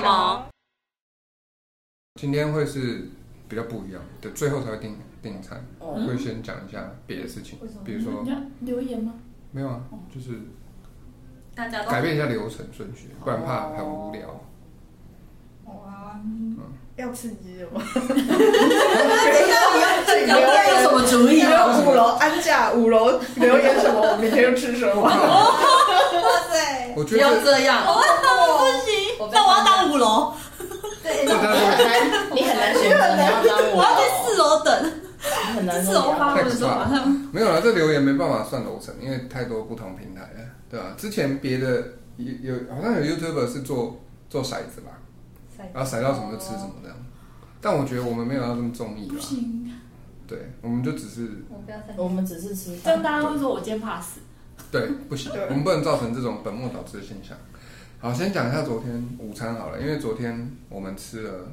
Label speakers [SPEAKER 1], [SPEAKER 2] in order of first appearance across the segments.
[SPEAKER 1] 么？
[SPEAKER 2] 今天会是比较不一样的，最后才会订订餐，
[SPEAKER 3] 哦
[SPEAKER 2] 会先讲一下别的事情，比如说
[SPEAKER 3] 你要留言吗？哦
[SPEAKER 2] 没有啊，就是
[SPEAKER 1] 大家都
[SPEAKER 2] 改变一下流程顺序，不然怕很无
[SPEAKER 3] 哦
[SPEAKER 2] 聊。
[SPEAKER 4] 哇，要刺激的吗？
[SPEAKER 1] 你要有什么主意
[SPEAKER 4] 然后五楼安价，五楼留言什么，我明天就吃什么。
[SPEAKER 2] 我觉
[SPEAKER 1] 不要
[SPEAKER 2] 得
[SPEAKER 1] 这样，我不行，那我要当五楼，
[SPEAKER 2] 这大家都开
[SPEAKER 5] 你很难选择你要当
[SPEAKER 1] 我要在
[SPEAKER 5] 我，
[SPEAKER 1] 四楼等，
[SPEAKER 5] 你很难
[SPEAKER 1] 四
[SPEAKER 5] 说你
[SPEAKER 1] 楼
[SPEAKER 5] 要
[SPEAKER 1] 发
[SPEAKER 5] 当
[SPEAKER 1] 文的时候马上。
[SPEAKER 2] 没有了，这留言没办法算楼层，因为太多不同平台了，对吧、之前别的有有好像有 YouTuber 是做做骰子吧，然后骰到什么就吃什么这样，但我觉得我们没有要这么中意
[SPEAKER 3] 不
[SPEAKER 2] 啦，
[SPEAKER 3] 行，
[SPEAKER 2] 对，我们就只是
[SPEAKER 5] 我们只是吃
[SPEAKER 3] 这样
[SPEAKER 5] 饭。
[SPEAKER 3] 大家会说我今天 pass。
[SPEAKER 2] 对不行，我们不能造成这种本末倒置的现象。好，先讲一下昨天午餐好了，因为昨天我们吃了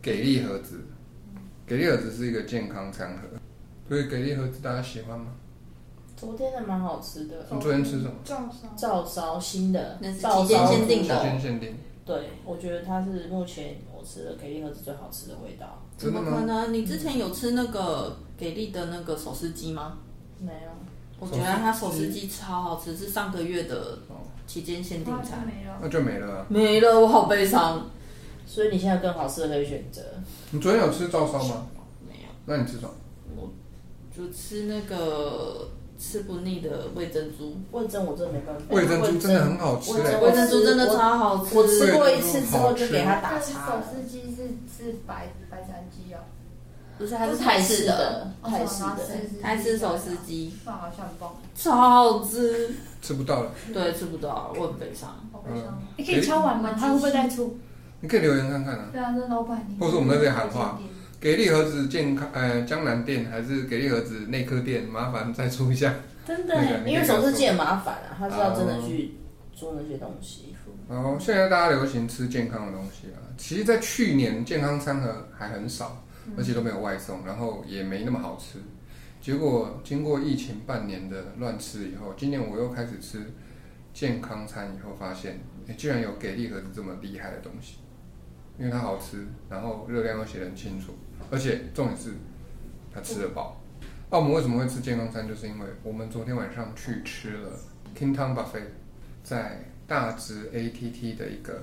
[SPEAKER 2] 给力盒子，给力盒子是一个健康餐盒，所以给力盒子大家喜欢吗？
[SPEAKER 5] 昨天的蛮好吃的，
[SPEAKER 2] 你昨天吃什么？
[SPEAKER 4] 照烧
[SPEAKER 5] 照烧新的
[SPEAKER 1] 那是，
[SPEAKER 5] 照
[SPEAKER 1] 期间
[SPEAKER 5] 烧
[SPEAKER 1] 限定
[SPEAKER 2] 期
[SPEAKER 1] 的
[SPEAKER 2] 间限定。
[SPEAKER 5] 对，我觉得它是目前我吃的给力盒子最好吃的味道。
[SPEAKER 1] 怎
[SPEAKER 2] 真的
[SPEAKER 1] 么可
[SPEAKER 2] 吗？
[SPEAKER 1] 能？你之前有吃那个给力的那个手撕鸡吗？
[SPEAKER 5] 没有，
[SPEAKER 1] 我觉得它手撕鸡超好吃，是上个月的期间限定餐。
[SPEAKER 3] 有。
[SPEAKER 2] 那就没了啊。
[SPEAKER 1] 没了，我好悲伤。
[SPEAKER 5] 所以你现在有更好吃的可以选择。
[SPEAKER 2] 你昨天有吃照烧吗？
[SPEAKER 1] 没有，
[SPEAKER 2] 那你吃什么？
[SPEAKER 1] 就吃那个吃不腻的味珍珠，
[SPEAKER 5] 味增我真的没办法，
[SPEAKER 2] 味珍珠真的很好吃
[SPEAKER 5] 味
[SPEAKER 2] 哎
[SPEAKER 5] 增
[SPEAKER 1] 味珍珠真的
[SPEAKER 5] 我
[SPEAKER 1] 超好吃。欸
[SPEAKER 5] 我吃过一次之后就给它打
[SPEAKER 6] 但
[SPEAKER 5] 叉
[SPEAKER 6] 手
[SPEAKER 5] 了，
[SPEAKER 6] 撕鸡是是白白斩鸡哦，
[SPEAKER 1] 不是，它是
[SPEAKER 5] 泰
[SPEAKER 1] 泰
[SPEAKER 5] 式
[SPEAKER 1] 式
[SPEAKER 5] 的
[SPEAKER 1] 的，
[SPEAKER 5] 泰式
[SPEAKER 6] 啊
[SPEAKER 5] 的。
[SPEAKER 1] 泰式手撕，鸡，
[SPEAKER 6] 饭好像很棒，
[SPEAKER 1] 超好吃。
[SPEAKER 2] 吃不到了。
[SPEAKER 1] 对，吃不到，我很悲伤。
[SPEAKER 6] 好悲伤。
[SPEAKER 3] 你可以敲完吗？他会不会再出？
[SPEAKER 2] 你可以留言看看啊。
[SPEAKER 6] 对啊，那老板你，
[SPEAKER 2] 或是我们在这里喊话，给力盒子健康，呃，江南店还是给力盒子内科店，麻烦再出一下。
[SPEAKER 3] 真
[SPEAKER 2] 那个
[SPEAKER 3] 的，
[SPEAKER 5] 欸因为手撕鸡很麻烦啊，它是要真的去做那些东西。
[SPEAKER 2] 然后现在大家流行吃健康的东西啊，其实，在去年健康餐盒还很少，而且都没有外送，然后也没那么好吃。结果经过疫情半年的乱吃以后，今年我又开始吃健康餐以后，发现诶居然有给力盒子这么厉害的东西，因为它好吃，然后热量又写得很清楚，而且重点是它吃得饱。那、我们为什么会吃健康餐？就是因为我们昨天晚上去吃了 King Tang Buffet，在大直 ATT 的一个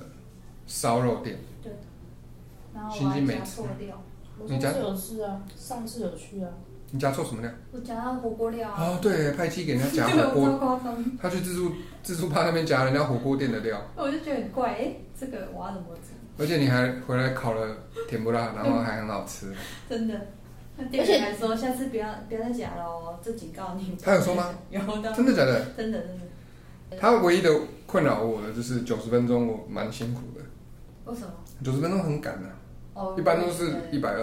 [SPEAKER 2] 烧肉店，
[SPEAKER 6] 然后
[SPEAKER 2] 心
[SPEAKER 6] 我
[SPEAKER 2] 机
[SPEAKER 6] 还
[SPEAKER 2] 美
[SPEAKER 6] 加
[SPEAKER 2] 食
[SPEAKER 6] 错料，
[SPEAKER 5] 我
[SPEAKER 2] 你
[SPEAKER 5] 上
[SPEAKER 2] 讲
[SPEAKER 5] 次有吃啊，上次有去啊，
[SPEAKER 2] 你加错什么料？
[SPEAKER 6] 我加到火锅料啊，
[SPEAKER 2] 哦，对，派系给人家夹
[SPEAKER 6] 这个
[SPEAKER 2] 火
[SPEAKER 6] 我超
[SPEAKER 2] 锅，
[SPEAKER 6] 夸张，
[SPEAKER 2] 他去自助自助吧那边夹人家火锅店的料，
[SPEAKER 6] 我就觉得很怪，哎，这个我要怎么煮？
[SPEAKER 2] 而且你还回来烤了甜不辣，然后还很好吃。
[SPEAKER 6] 真的。那店员还说，下次不要不要再夹了哦，这警告你。
[SPEAKER 2] 他有说吗？
[SPEAKER 6] 有的，
[SPEAKER 2] 真的假的？
[SPEAKER 6] 真的真的。
[SPEAKER 2] 他唯一的困扰我的就是九十分钟，我蛮辛苦的，
[SPEAKER 6] 为什么？
[SPEAKER 2] 九十分钟很赶的、啊
[SPEAKER 6] 哦，
[SPEAKER 2] 一般都是一百二，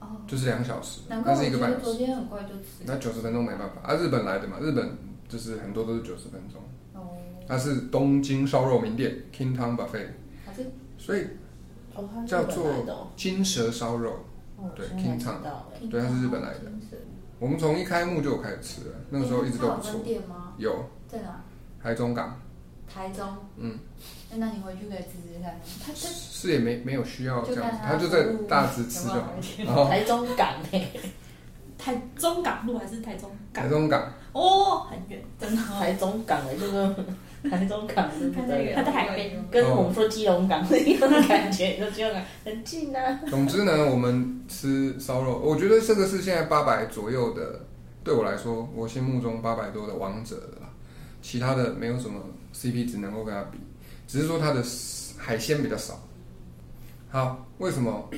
[SPEAKER 6] 哦，
[SPEAKER 2] 就是两小时，
[SPEAKER 6] 难怪
[SPEAKER 2] 但
[SPEAKER 6] 我
[SPEAKER 2] 是一
[SPEAKER 6] 觉
[SPEAKER 2] 个半
[SPEAKER 6] 得
[SPEAKER 2] 小
[SPEAKER 6] 昨
[SPEAKER 2] 时，
[SPEAKER 6] 天很快就吃。
[SPEAKER 2] 那九十分钟没办法。啊，日本来的嘛，日本就是很多都是九十分钟，
[SPEAKER 6] 哦，
[SPEAKER 2] 它是东京烧肉名店 King Tang Buffet，
[SPEAKER 6] 还是
[SPEAKER 2] 所以
[SPEAKER 5] 哦，它是
[SPEAKER 2] 叫
[SPEAKER 5] 日本来的哦
[SPEAKER 2] 做金蛇烧肉。
[SPEAKER 5] 哦
[SPEAKER 2] 对
[SPEAKER 5] 现在才
[SPEAKER 2] King
[SPEAKER 5] 知
[SPEAKER 2] Tang
[SPEAKER 5] 道哎，
[SPEAKER 2] 对它是日本来的
[SPEAKER 6] 精神
[SPEAKER 2] 我们从一开幕就有开始吃了，那个时候一直都不
[SPEAKER 6] 哎它有
[SPEAKER 2] 错
[SPEAKER 6] 分。店吗？
[SPEAKER 2] 有
[SPEAKER 6] 在哪？
[SPEAKER 2] 台中港，
[SPEAKER 6] 台中。哎
[SPEAKER 2] 嗯，
[SPEAKER 6] 那那你 回去可以吃吃 看。它这
[SPEAKER 2] 是也没没有需要这
[SPEAKER 6] 就，
[SPEAKER 2] 样子
[SPEAKER 6] 看
[SPEAKER 2] 他
[SPEAKER 6] 它
[SPEAKER 2] 就在大直吃就好了。哦然后
[SPEAKER 5] 台中港欸诶，
[SPEAKER 3] 台中港路还是台中
[SPEAKER 2] 台
[SPEAKER 3] 港？
[SPEAKER 2] 中港，
[SPEAKER 3] 哦，很远，真的。
[SPEAKER 5] 台中港诶，就是台中港是不得
[SPEAKER 3] 它
[SPEAKER 5] 了
[SPEAKER 3] 在。海边，
[SPEAKER 5] 跟我们说基隆港的一样的感觉，就基隆港很近啊。
[SPEAKER 2] 总之呢，我们吃烧肉，我觉得这个是现在八百左右的，对我来说，我心目中八百多的王者了啦。其他的没有什么 CP 值能够跟它比，只是说它的海鲜比较少。好，为什么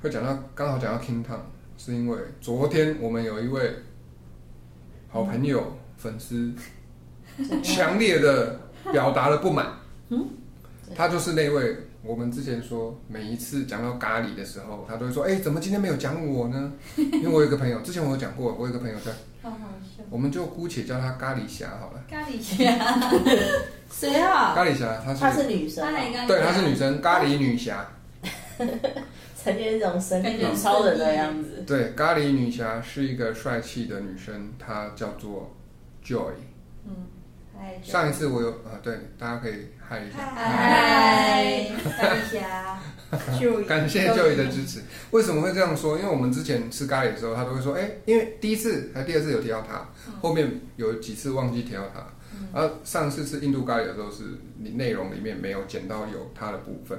[SPEAKER 2] 会讲到刚好讲到 King Town，是因为昨天我们有一位好朋友、粉丝强烈的表达了不满，他就是那位我们之前说每一次讲到咖喱的时候，他都会说：“哎、怎么今天没有讲我呢？” 因为我有一个朋友，之前我有讲过，我有一个朋友叫，
[SPEAKER 6] 好好笑。
[SPEAKER 2] 我们就姑且叫他咖喱侠好了。
[SPEAKER 6] 咖喱虾，
[SPEAKER 1] 谁啊？
[SPEAKER 2] 咖喱侠，她是
[SPEAKER 5] 她是女 生
[SPEAKER 6] 他
[SPEAKER 5] 啊，
[SPEAKER 6] 哪一个？
[SPEAKER 2] 对，她是女生，咖喱女侠，
[SPEAKER 5] 呈现一种神
[SPEAKER 6] 感
[SPEAKER 5] 女
[SPEAKER 6] 觉
[SPEAKER 5] 超人的样子。
[SPEAKER 2] 对，咖喱女侠是一个帅气的女生，她叫做 Joy。
[SPEAKER 6] 嗨，太久。
[SPEAKER 2] 上一次我有啊，对，大家可以嗨一下，
[SPEAKER 6] 嗨，大力侠，
[SPEAKER 4] 就
[SPEAKER 2] 感谢就宇的支持。为什么会这样说？因为我们之前吃咖喱的时候，他都会说，哎、因为第一次还第二次有提到他，后面有几次忘记提到他。而、上次吃印度咖喱的时候，是你内容里面没有剪到有他的部分。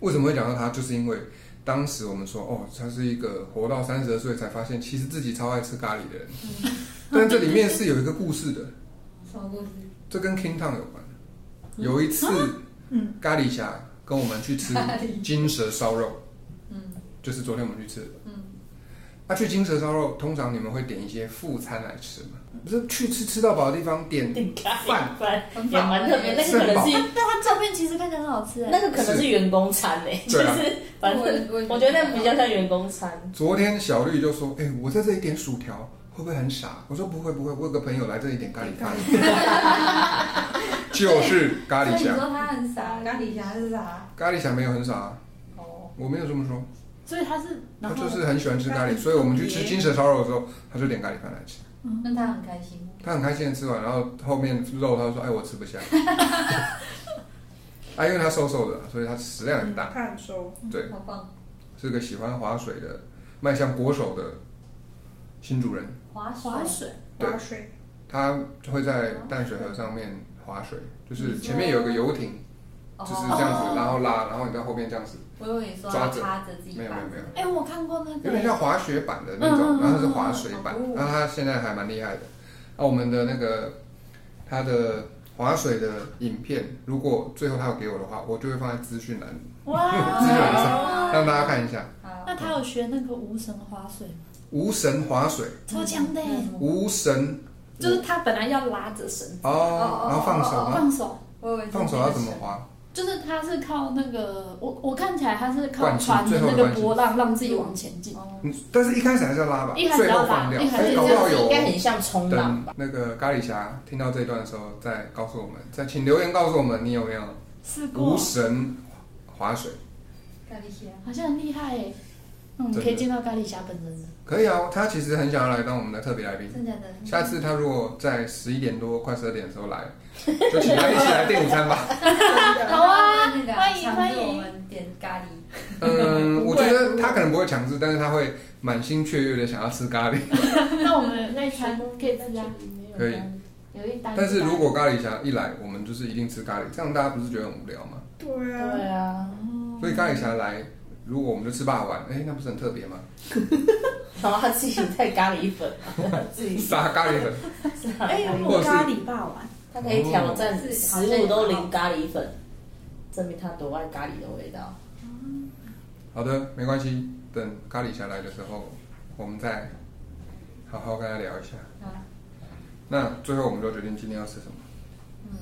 [SPEAKER 2] 为什么会讲到他？就是因为当时我们说，哦，他是一个活到三十二岁才发现，其实自己超爱吃咖喱的人。但这里面是有一个故事的，
[SPEAKER 6] 什么故事？
[SPEAKER 2] 这跟 King Town 有关。有一次，咖喱侠跟我们去吃金蛇烧肉，嗯，就是昨天我们去吃的，嗯，那、去金蛇烧肉，通常你们会点一些副餐来吃嘛？不是去吃吃到饱的地方点 饭，
[SPEAKER 5] 饭也蛮特别，那个可能是
[SPEAKER 3] 但他欸照片其实看起来很好吃哎。
[SPEAKER 5] 那个可能是员工餐诶、就
[SPEAKER 2] 对啊
[SPEAKER 5] 是反正
[SPEAKER 6] 我我
[SPEAKER 5] 我觉得 那比较像员工餐，
[SPEAKER 2] 昨天小绿就说：“哎、我在这里点薯条，会不会很傻？”我说：“不会，不会。”我有个朋友来这里点咖喱饭，就是咖
[SPEAKER 6] 所以
[SPEAKER 2] 喱
[SPEAKER 6] 你
[SPEAKER 2] 侠，
[SPEAKER 6] 说他很傻，咖喱侠是啥？
[SPEAKER 2] 咖喱侠没有很傻啊，
[SPEAKER 6] 哦，
[SPEAKER 2] 我没有这么说。
[SPEAKER 3] 所以他是，
[SPEAKER 2] 他
[SPEAKER 3] 然后
[SPEAKER 2] 就是很喜欢吃咖喱，所以我们去吃金蛇烧肉的时候，他就点咖喱饭来吃。
[SPEAKER 6] 嗯那他很开心吗？
[SPEAKER 2] 他很开心的吃完，然后后面肉他就说：“哎，我吃不下。”啊，因为他瘦瘦的，所以他食量很大，
[SPEAKER 4] 他很瘦，
[SPEAKER 2] 对，
[SPEAKER 6] 好棒，
[SPEAKER 2] 是个喜欢划水的、迈向国手的新主人。
[SPEAKER 6] 划水
[SPEAKER 3] 划水，
[SPEAKER 2] 对
[SPEAKER 4] 八岁，
[SPEAKER 2] 他会在淡水河上面划水，就是前面有一个游艇，
[SPEAKER 6] 哦
[SPEAKER 2] 就是这样子，然后拉，然后你在后面这样子，
[SPEAKER 6] 我以为你说
[SPEAKER 2] 抓
[SPEAKER 6] 他
[SPEAKER 2] 着
[SPEAKER 6] 插着自己
[SPEAKER 2] 没有没有没有，
[SPEAKER 3] 哎，我看过那
[SPEAKER 2] 有
[SPEAKER 3] 个，
[SPEAKER 2] 点像滑雪板的那种，然后是滑水板
[SPEAKER 6] 哦，
[SPEAKER 2] 然后他现在还蛮厉害的。啊，我们的那个他的滑水的影片，如果最后他有给我的话，我就会放在资讯栏， 资讯栏上
[SPEAKER 3] 哇，
[SPEAKER 2] 让大家看一下
[SPEAKER 6] 好，
[SPEAKER 3] 那他有学那个无绳划水吗？
[SPEAKER 2] 无绳滑水，
[SPEAKER 3] 超强的耶，
[SPEAKER 2] 无绳
[SPEAKER 3] 就是他本来要拉着绳，
[SPEAKER 2] 哦，然后放手吗？
[SPEAKER 3] 放手，
[SPEAKER 6] 我以为是
[SPEAKER 2] 放手要怎么滑？
[SPEAKER 3] 就是他是靠那个，我我看起来他是靠
[SPEAKER 2] 惯性
[SPEAKER 3] 船的
[SPEAKER 2] 最后的
[SPEAKER 3] 那个
[SPEAKER 2] 惯性
[SPEAKER 3] 波浪让自己往前进。
[SPEAKER 6] 哦，
[SPEAKER 2] 嗯，但是一开始还是要拉吧，
[SPEAKER 3] 一开始
[SPEAKER 2] 最
[SPEAKER 3] 要拉
[SPEAKER 2] 后放掉，
[SPEAKER 3] 一开始
[SPEAKER 2] 哎
[SPEAKER 3] 要拉
[SPEAKER 2] 搞不好
[SPEAKER 5] 就是
[SPEAKER 2] 有
[SPEAKER 5] 应该很像冲浪
[SPEAKER 2] 等
[SPEAKER 5] 吧？
[SPEAKER 2] 那个咖喱侠听到这一段的时候，再告诉我们，再请留言告诉我们你有没有
[SPEAKER 3] 试过
[SPEAKER 2] 无，绳划水？
[SPEAKER 6] 咖喱虾，
[SPEAKER 3] 好像很厉害耶。嗯，
[SPEAKER 2] 真的
[SPEAKER 3] 可以见到咖喱侠本人了。
[SPEAKER 2] 可以啊，他其实很想要来当我们的特别来宾。
[SPEAKER 6] 真假的？
[SPEAKER 2] 下次他如果在十一点多快十二点的时候来，就请他一起来订午餐吧。
[SPEAKER 3] 好啊
[SPEAKER 6] 那个
[SPEAKER 3] 欢迎
[SPEAKER 6] 强制
[SPEAKER 3] 欢迎
[SPEAKER 6] 我们点咖喱，
[SPEAKER 2] 嗯，我觉得他可能不会强制，但是他会满心雀跃的想要吃咖喱。
[SPEAKER 3] 那我们那一 餐可以吃啊，
[SPEAKER 2] 可以，
[SPEAKER 5] 有一单
[SPEAKER 2] 但是如果咖喱侠一来，我们就是一定吃咖喱，这样大家不是觉得很无聊吗？
[SPEAKER 4] 对啊，
[SPEAKER 5] 对啊，
[SPEAKER 2] 所以咖喱侠来，如果我们就吃霸王，哎，那不是很特别吗？
[SPEAKER 5] 然后他自己带咖喱粉，自己
[SPEAKER 2] 撒咖喱粉，
[SPEAKER 5] 哎，
[SPEAKER 2] 如果咖
[SPEAKER 3] 喱霸王，
[SPEAKER 5] 他可以挑战
[SPEAKER 6] 哦
[SPEAKER 5] 食物都淋咖喱粉，证明他多爱咖喱的味道。
[SPEAKER 2] 好的，没关系。等咖喱侠来的时候，我们再好好跟他聊一下。
[SPEAKER 6] 好
[SPEAKER 2] 那最后我们就决定今天要吃什么。
[SPEAKER 5] 嗯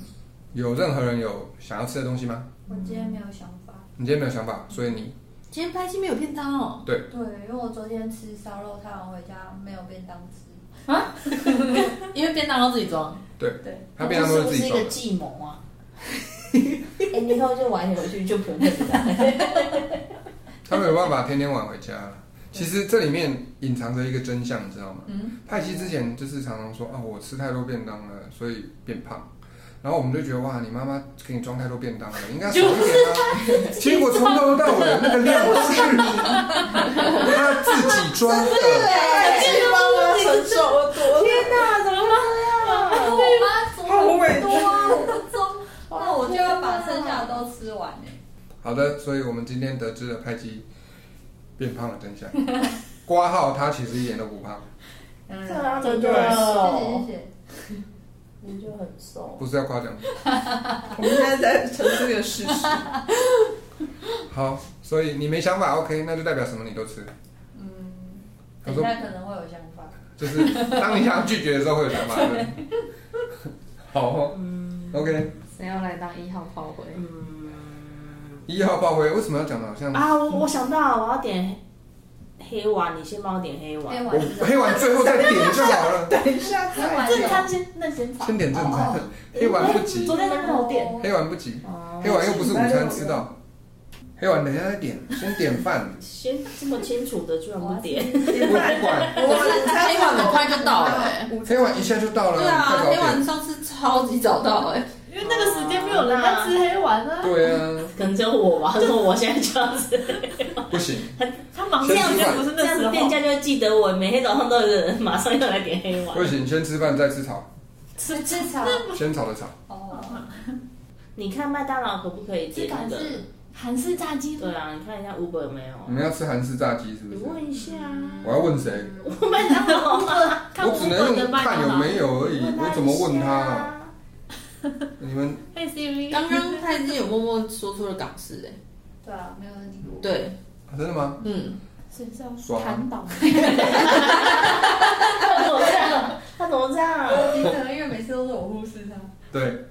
[SPEAKER 2] 有任何人有想要吃的东西吗？
[SPEAKER 6] 我今天没有想法。
[SPEAKER 2] 你今天没有想法，
[SPEAKER 5] 嗯
[SPEAKER 2] 所以你
[SPEAKER 5] 今天拍戏没有便当哦，
[SPEAKER 2] 对
[SPEAKER 6] 对，因为我昨天吃烧肉，太晚回家没有便当吃。
[SPEAKER 5] 因为便当要自己装，
[SPEAKER 2] 对
[SPEAKER 6] 对，
[SPEAKER 2] 他便当都
[SPEAKER 5] 这
[SPEAKER 2] 自己
[SPEAKER 5] 是不是一
[SPEAKER 2] 装
[SPEAKER 5] 个
[SPEAKER 2] 的。
[SPEAKER 5] 计谋啊？ 哎，你以后就晚一点回去就不用便当了。
[SPEAKER 2] 他没有办法天天晚回家。其实这里面隐藏着一个真相，你知道吗？
[SPEAKER 6] 嗯，
[SPEAKER 2] 派西之前就是常常说啊，我吃太多便当了，所以变胖。然后我们就觉得哇，你妈妈给你装太多便 当了，你应该少一点啊。结果从头到尾那个量 是他自己装的，
[SPEAKER 5] 对，这是我多天哪，怎么了？
[SPEAKER 6] 啊我妈煮
[SPEAKER 4] 好委
[SPEAKER 6] 很
[SPEAKER 4] 屈
[SPEAKER 6] 多啊，我不中，那我就要把剩下的都吃完哎、
[SPEAKER 2] 好的，所以我们今天得知了派基变胖的真相。 挂号他其实一点都不胖，
[SPEAKER 5] 对
[SPEAKER 6] 嗯，
[SPEAKER 5] 啊，
[SPEAKER 3] 真
[SPEAKER 5] 你
[SPEAKER 3] 的
[SPEAKER 5] 就很
[SPEAKER 6] 谢谢谢
[SPEAKER 5] 瘦，
[SPEAKER 6] 谢。
[SPEAKER 5] 你就很瘦。
[SPEAKER 2] 不是要夸奖。
[SPEAKER 4] 我们现在在陈述这个事实，
[SPEAKER 2] 好，所以你没想法，OK，那就代表什么你都吃。
[SPEAKER 6] 嗯，
[SPEAKER 2] 他
[SPEAKER 6] 等
[SPEAKER 2] 说
[SPEAKER 6] 一下可能会有想法。
[SPEAKER 2] 就是当你想要拒绝的时候会有想法。对不对好哦、o k
[SPEAKER 7] 谁要来当一号炮灰？
[SPEAKER 3] 嗯
[SPEAKER 2] 一号炮灰为什么要讲的好像？
[SPEAKER 5] 啊，我我想到我要点黑碗，你先帮我点
[SPEAKER 6] 黑
[SPEAKER 5] 黑碗。
[SPEAKER 2] 我
[SPEAKER 6] 碗是什
[SPEAKER 2] 黑碗最后再点就好了，
[SPEAKER 4] 等一下
[SPEAKER 6] 黑碗
[SPEAKER 3] 正餐先那先炒。
[SPEAKER 2] 先点正餐。黑碗不急，
[SPEAKER 3] 昨天那个我点，
[SPEAKER 2] 黑碗不急，
[SPEAKER 5] 哦，
[SPEAKER 2] 黑碗又不是午餐吃到。黑碗等一下再点，先点饭，
[SPEAKER 5] 先这么清楚的居然不点，
[SPEAKER 2] 我不管。
[SPEAKER 4] 我们午餐
[SPEAKER 7] 黑碗很快就到了、
[SPEAKER 4] 午餐
[SPEAKER 2] 黑碗一下就到了，
[SPEAKER 1] 对
[SPEAKER 2] 你
[SPEAKER 1] 啊，
[SPEAKER 2] 快
[SPEAKER 1] 黑
[SPEAKER 2] 早点。
[SPEAKER 1] 晚上次超超级早到哎、
[SPEAKER 4] 因为那个时间没有人在吃黑丸啊，
[SPEAKER 2] 对啊，
[SPEAKER 5] 可能只有我 吧，就是我现在这样子，
[SPEAKER 2] 不行，
[SPEAKER 5] 他忙
[SPEAKER 2] 这
[SPEAKER 5] 这
[SPEAKER 2] 样
[SPEAKER 5] 样
[SPEAKER 2] 子
[SPEAKER 5] 子
[SPEAKER 2] 不
[SPEAKER 5] 不
[SPEAKER 4] 是那
[SPEAKER 5] 是
[SPEAKER 4] 时
[SPEAKER 5] 那
[SPEAKER 4] 候
[SPEAKER 5] 时候，店家就会记得我，每天早上都有人马上要来点黑
[SPEAKER 2] 不
[SPEAKER 5] 丸。
[SPEAKER 2] 行，先吃饭再吃草，
[SPEAKER 6] 吃吃草
[SPEAKER 2] 先炒的草。
[SPEAKER 6] 哦，
[SPEAKER 5] 你看麦当劳可不可以
[SPEAKER 3] 这
[SPEAKER 5] 点那
[SPEAKER 3] 款
[SPEAKER 5] 个？
[SPEAKER 3] 是韩式炸鸡
[SPEAKER 5] 对啊，你看一下 Uber 没有？
[SPEAKER 2] 你们要吃韩式炸鸡是不
[SPEAKER 5] 你
[SPEAKER 2] 是？
[SPEAKER 5] 问一下啊，
[SPEAKER 2] 我要问谁？
[SPEAKER 5] 麦当劳啊，
[SPEAKER 3] 看
[SPEAKER 2] 我只能
[SPEAKER 3] 本的
[SPEAKER 2] 用
[SPEAKER 3] 麦
[SPEAKER 2] 看
[SPEAKER 3] 当
[SPEAKER 2] 有
[SPEAKER 3] 劳。
[SPEAKER 2] 没有而已，我怎么问他啊？你们
[SPEAKER 3] 嘿 Siri，
[SPEAKER 1] 刚刚他已经有默默说出了港式哎、
[SPEAKER 6] 对啊，
[SPEAKER 7] 没有问题。
[SPEAKER 1] 对，
[SPEAKER 2] 啊真的吗？
[SPEAKER 1] 嗯，
[SPEAKER 3] 是不是
[SPEAKER 2] 爽
[SPEAKER 3] 要
[SPEAKER 2] 啊
[SPEAKER 3] 弹倒？
[SPEAKER 5] 他怎么这样？他怎么这样？
[SPEAKER 6] 你可能因为每次都是我忽视他，
[SPEAKER 2] 对，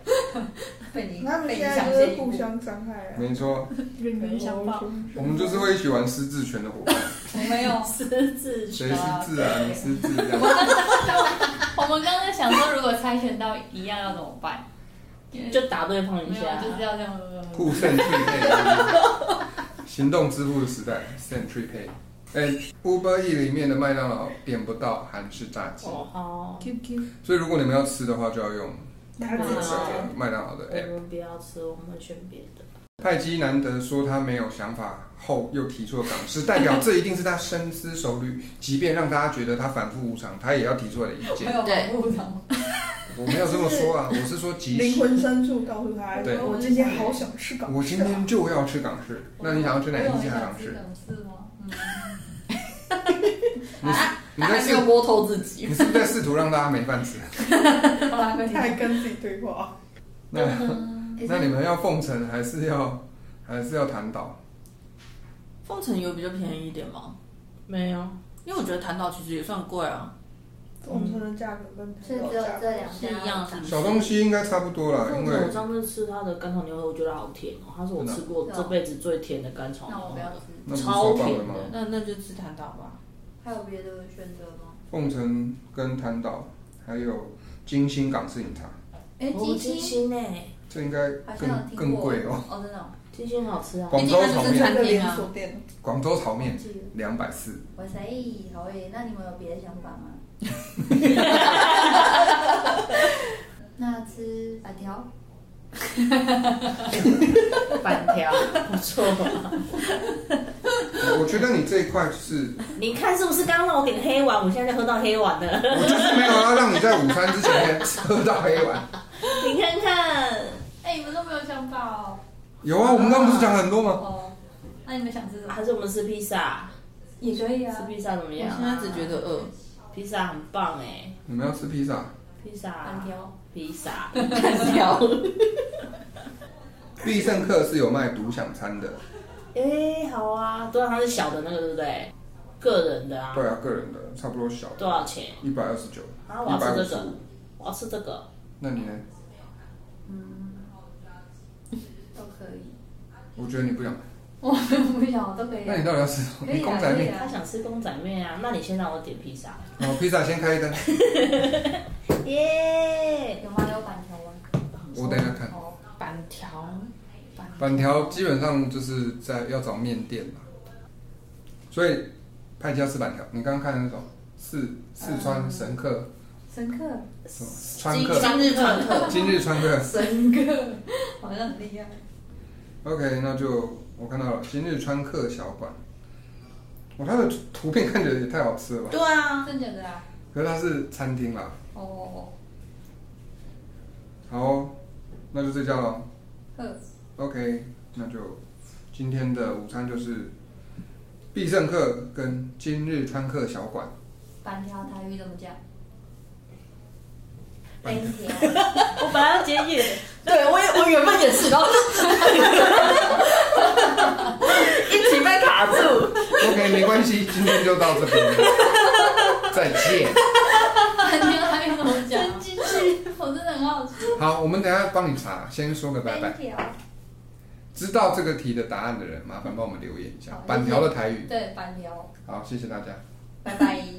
[SPEAKER 6] 被你
[SPEAKER 4] 他们
[SPEAKER 6] 被
[SPEAKER 4] 现
[SPEAKER 6] 你
[SPEAKER 4] 在
[SPEAKER 6] 想
[SPEAKER 4] 就是
[SPEAKER 6] 这一步
[SPEAKER 4] 互相伤害啊。
[SPEAKER 2] 没错，
[SPEAKER 3] 冤
[SPEAKER 6] 冤相报，
[SPEAKER 2] 我们就是会一起玩失智拳的伙伴，
[SPEAKER 6] 我没有，
[SPEAKER 5] 私自
[SPEAKER 2] 谁失智啊？你失智 这样。
[SPEAKER 7] 我们刚刚想说，如果猜拳到一样要怎么办？
[SPEAKER 5] 就打对方一
[SPEAKER 7] 没有，
[SPEAKER 5] 下，
[SPEAKER 6] 啊
[SPEAKER 7] 就是要这样。呃
[SPEAKER 2] 酷炫匹配， 行动支付的时代，炫匹配。哎、u b e r E 里面的麦当劳点不到韩式炸鸡，
[SPEAKER 5] 哦好，
[SPEAKER 3] QQ
[SPEAKER 2] 所以如果你们要吃的话，就要用
[SPEAKER 4] 他自己
[SPEAKER 5] 哦
[SPEAKER 2] 麦当劳的
[SPEAKER 5] 我
[SPEAKER 2] app。
[SPEAKER 5] 们不要吃，我们选别的。
[SPEAKER 2] 派基难得说他没有想法后又提出了港式，代表这一定是他深思熟虑，即便让大家觉得他反复无常，他也要提出来的意
[SPEAKER 6] 没
[SPEAKER 2] 见。
[SPEAKER 6] 有
[SPEAKER 1] 对
[SPEAKER 6] 保护他。
[SPEAKER 2] 我没有这么说啊，我是说即
[SPEAKER 4] 灵
[SPEAKER 2] 使
[SPEAKER 4] 魂深处告诉他
[SPEAKER 2] 对，
[SPEAKER 4] 我今天好想吃港式啊。
[SPEAKER 2] 我今天就要吃港式，那你想要吃哪
[SPEAKER 6] 我有
[SPEAKER 2] 一
[SPEAKER 6] 很
[SPEAKER 2] 家
[SPEAKER 6] 想
[SPEAKER 2] 港
[SPEAKER 6] 吃
[SPEAKER 2] 式？
[SPEAKER 6] 港式吗？嗯，
[SPEAKER 2] 你你
[SPEAKER 1] 他
[SPEAKER 2] 在
[SPEAKER 1] 还没有
[SPEAKER 2] 试，
[SPEAKER 1] 摸透自己。
[SPEAKER 2] 你是不是在试图让大家没饭吃？
[SPEAKER 6] 嗯好啦，跟你
[SPEAKER 4] 他还跟自己对话，
[SPEAKER 2] 那那你们要奉承还是要还是要谈岛？
[SPEAKER 1] 凤城有比较便宜一点吗？
[SPEAKER 5] 没有，
[SPEAKER 1] 因为我觉得潭岛其实也算贵啊，
[SPEAKER 4] 哦我城的价格跟台
[SPEAKER 6] 是
[SPEAKER 4] 湾
[SPEAKER 6] 只
[SPEAKER 4] 的
[SPEAKER 6] 有
[SPEAKER 4] 价格
[SPEAKER 6] 这两
[SPEAKER 1] 是一样是不是？
[SPEAKER 2] 小东西应该差不多啦，啊因为
[SPEAKER 5] 我上次吃他的干炒牛河，我觉得好甜哦，它是我吃过这辈子最甜的干炒牛
[SPEAKER 6] 那我
[SPEAKER 5] 河
[SPEAKER 6] 不要
[SPEAKER 5] 了
[SPEAKER 6] 吃。。
[SPEAKER 2] 那不是
[SPEAKER 5] 超
[SPEAKER 2] 超棒
[SPEAKER 5] 甜
[SPEAKER 2] 的吗？
[SPEAKER 5] 的
[SPEAKER 1] 那那就吃潭岛吧。
[SPEAKER 6] 还有别的选择吗？
[SPEAKER 2] 凤城跟潭岛还有金星港式饮茶，
[SPEAKER 6] 哎
[SPEAKER 5] 哦，金星呢？
[SPEAKER 2] 这应该
[SPEAKER 6] 好像有
[SPEAKER 2] 更
[SPEAKER 6] 听过。
[SPEAKER 2] 更贵哦。
[SPEAKER 6] 哦，真的哦，
[SPEAKER 5] 金星好吃啊，
[SPEAKER 2] 广州炒
[SPEAKER 1] 毕竟它
[SPEAKER 2] 面，
[SPEAKER 1] 是啊
[SPEAKER 4] 那个连锁店，
[SPEAKER 2] 广州炒面
[SPEAKER 6] 忘记了
[SPEAKER 2] 两百四，
[SPEAKER 6] 哇塞，好诶！那你们有别的想法 吗？那吃板条，
[SPEAKER 5] 板条 不错吧？
[SPEAKER 2] 我觉得你这一块就是，
[SPEAKER 5] 你看是不是刚刚让我点黑丸，我现在就喝到黑丸了？
[SPEAKER 2] 我就是没有要让你在午餐之前喝到黑碗。
[SPEAKER 5] 你看看，
[SPEAKER 6] 哎、你们都没有想法哦。
[SPEAKER 2] 有啊，我们刚刚不是讲很多吗？
[SPEAKER 6] 哦，那你们想吃什么？
[SPEAKER 5] 还是我们吃披萨？
[SPEAKER 6] 也可以
[SPEAKER 5] 吃披萨怎么
[SPEAKER 1] 我
[SPEAKER 5] 样
[SPEAKER 1] 现在
[SPEAKER 5] 啊？
[SPEAKER 1] 只觉得饿，
[SPEAKER 5] 披萨很棒哎，
[SPEAKER 2] 你们要吃披萨，
[SPEAKER 5] 披萨
[SPEAKER 6] 板，条，
[SPEAKER 5] 披萨，
[SPEAKER 1] 很挑。
[SPEAKER 2] 必胜客是有卖独享餐的，
[SPEAKER 5] 哎，好啊，对啊，它是小的那个，对不对？个人的啊，
[SPEAKER 2] 对啊，个人的差不多小
[SPEAKER 5] 多少钱？
[SPEAKER 2] 一百二十九，
[SPEAKER 5] 啊，我
[SPEAKER 2] 一
[SPEAKER 5] 要
[SPEAKER 2] 百五
[SPEAKER 5] 吃
[SPEAKER 2] 十
[SPEAKER 5] 这个
[SPEAKER 2] 五。，
[SPEAKER 5] 我要吃这个。
[SPEAKER 2] 那你呢？
[SPEAKER 6] 都可以。
[SPEAKER 2] 我觉得你不想。
[SPEAKER 6] 我不想，都可以
[SPEAKER 2] 那你到底要吃什么？
[SPEAKER 6] 可以啊啊
[SPEAKER 2] 你公仔面。
[SPEAKER 5] 他想吃公仔面啊，那你先让我点披萨。
[SPEAKER 2] 哦，披萨先开一单，
[SPEAKER 5] 耶！
[SPEAKER 6] 有吗？有板条吗？
[SPEAKER 2] 我等一下看。
[SPEAKER 6] 哦，
[SPEAKER 7] 板条，
[SPEAKER 2] 板条基本上就是在要找面店嘛，所以派家吃板条。你刚刚看的那种四四川神客
[SPEAKER 6] 深刻，
[SPEAKER 2] 什么川
[SPEAKER 5] 呃今
[SPEAKER 2] 客，
[SPEAKER 5] 今日川客，
[SPEAKER 2] 今日川客。
[SPEAKER 6] 深刻，好像很厉害。
[SPEAKER 2] OK，那就我看到了今日川客小馆。哇，它的图片看起来也太好吃了吧？
[SPEAKER 1] 对啊，
[SPEAKER 6] 真假的啊？
[SPEAKER 2] 可是它是餐厅啦。
[SPEAKER 6] 哦，
[SPEAKER 2] 好哦、那就这家喽。
[SPEAKER 6] 呵，
[SPEAKER 2] OK，那就今天的午餐就是必胜客跟今日川客小馆。
[SPEAKER 6] 板条台语怎么讲？
[SPEAKER 2] 板
[SPEAKER 6] 条，
[SPEAKER 5] 我本来要结语，
[SPEAKER 1] 对我也我原本也是，然后
[SPEAKER 5] 一起被卡住。
[SPEAKER 2] OK，没关系，今天就到这 边，再见。
[SPEAKER 7] 板条还有怎么 讲？
[SPEAKER 6] 进去，我真的很好奇。
[SPEAKER 2] 好，我们等一下帮你查，先说个拜拜。
[SPEAKER 6] 条，
[SPEAKER 2] 知道这个题的答案的人，麻烦帮我们留言一下
[SPEAKER 6] 好谢谢
[SPEAKER 2] 嗯板条的台语。
[SPEAKER 6] 对，板条，
[SPEAKER 2] 好，谢谢大家。
[SPEAKER 6] 哦拜拜。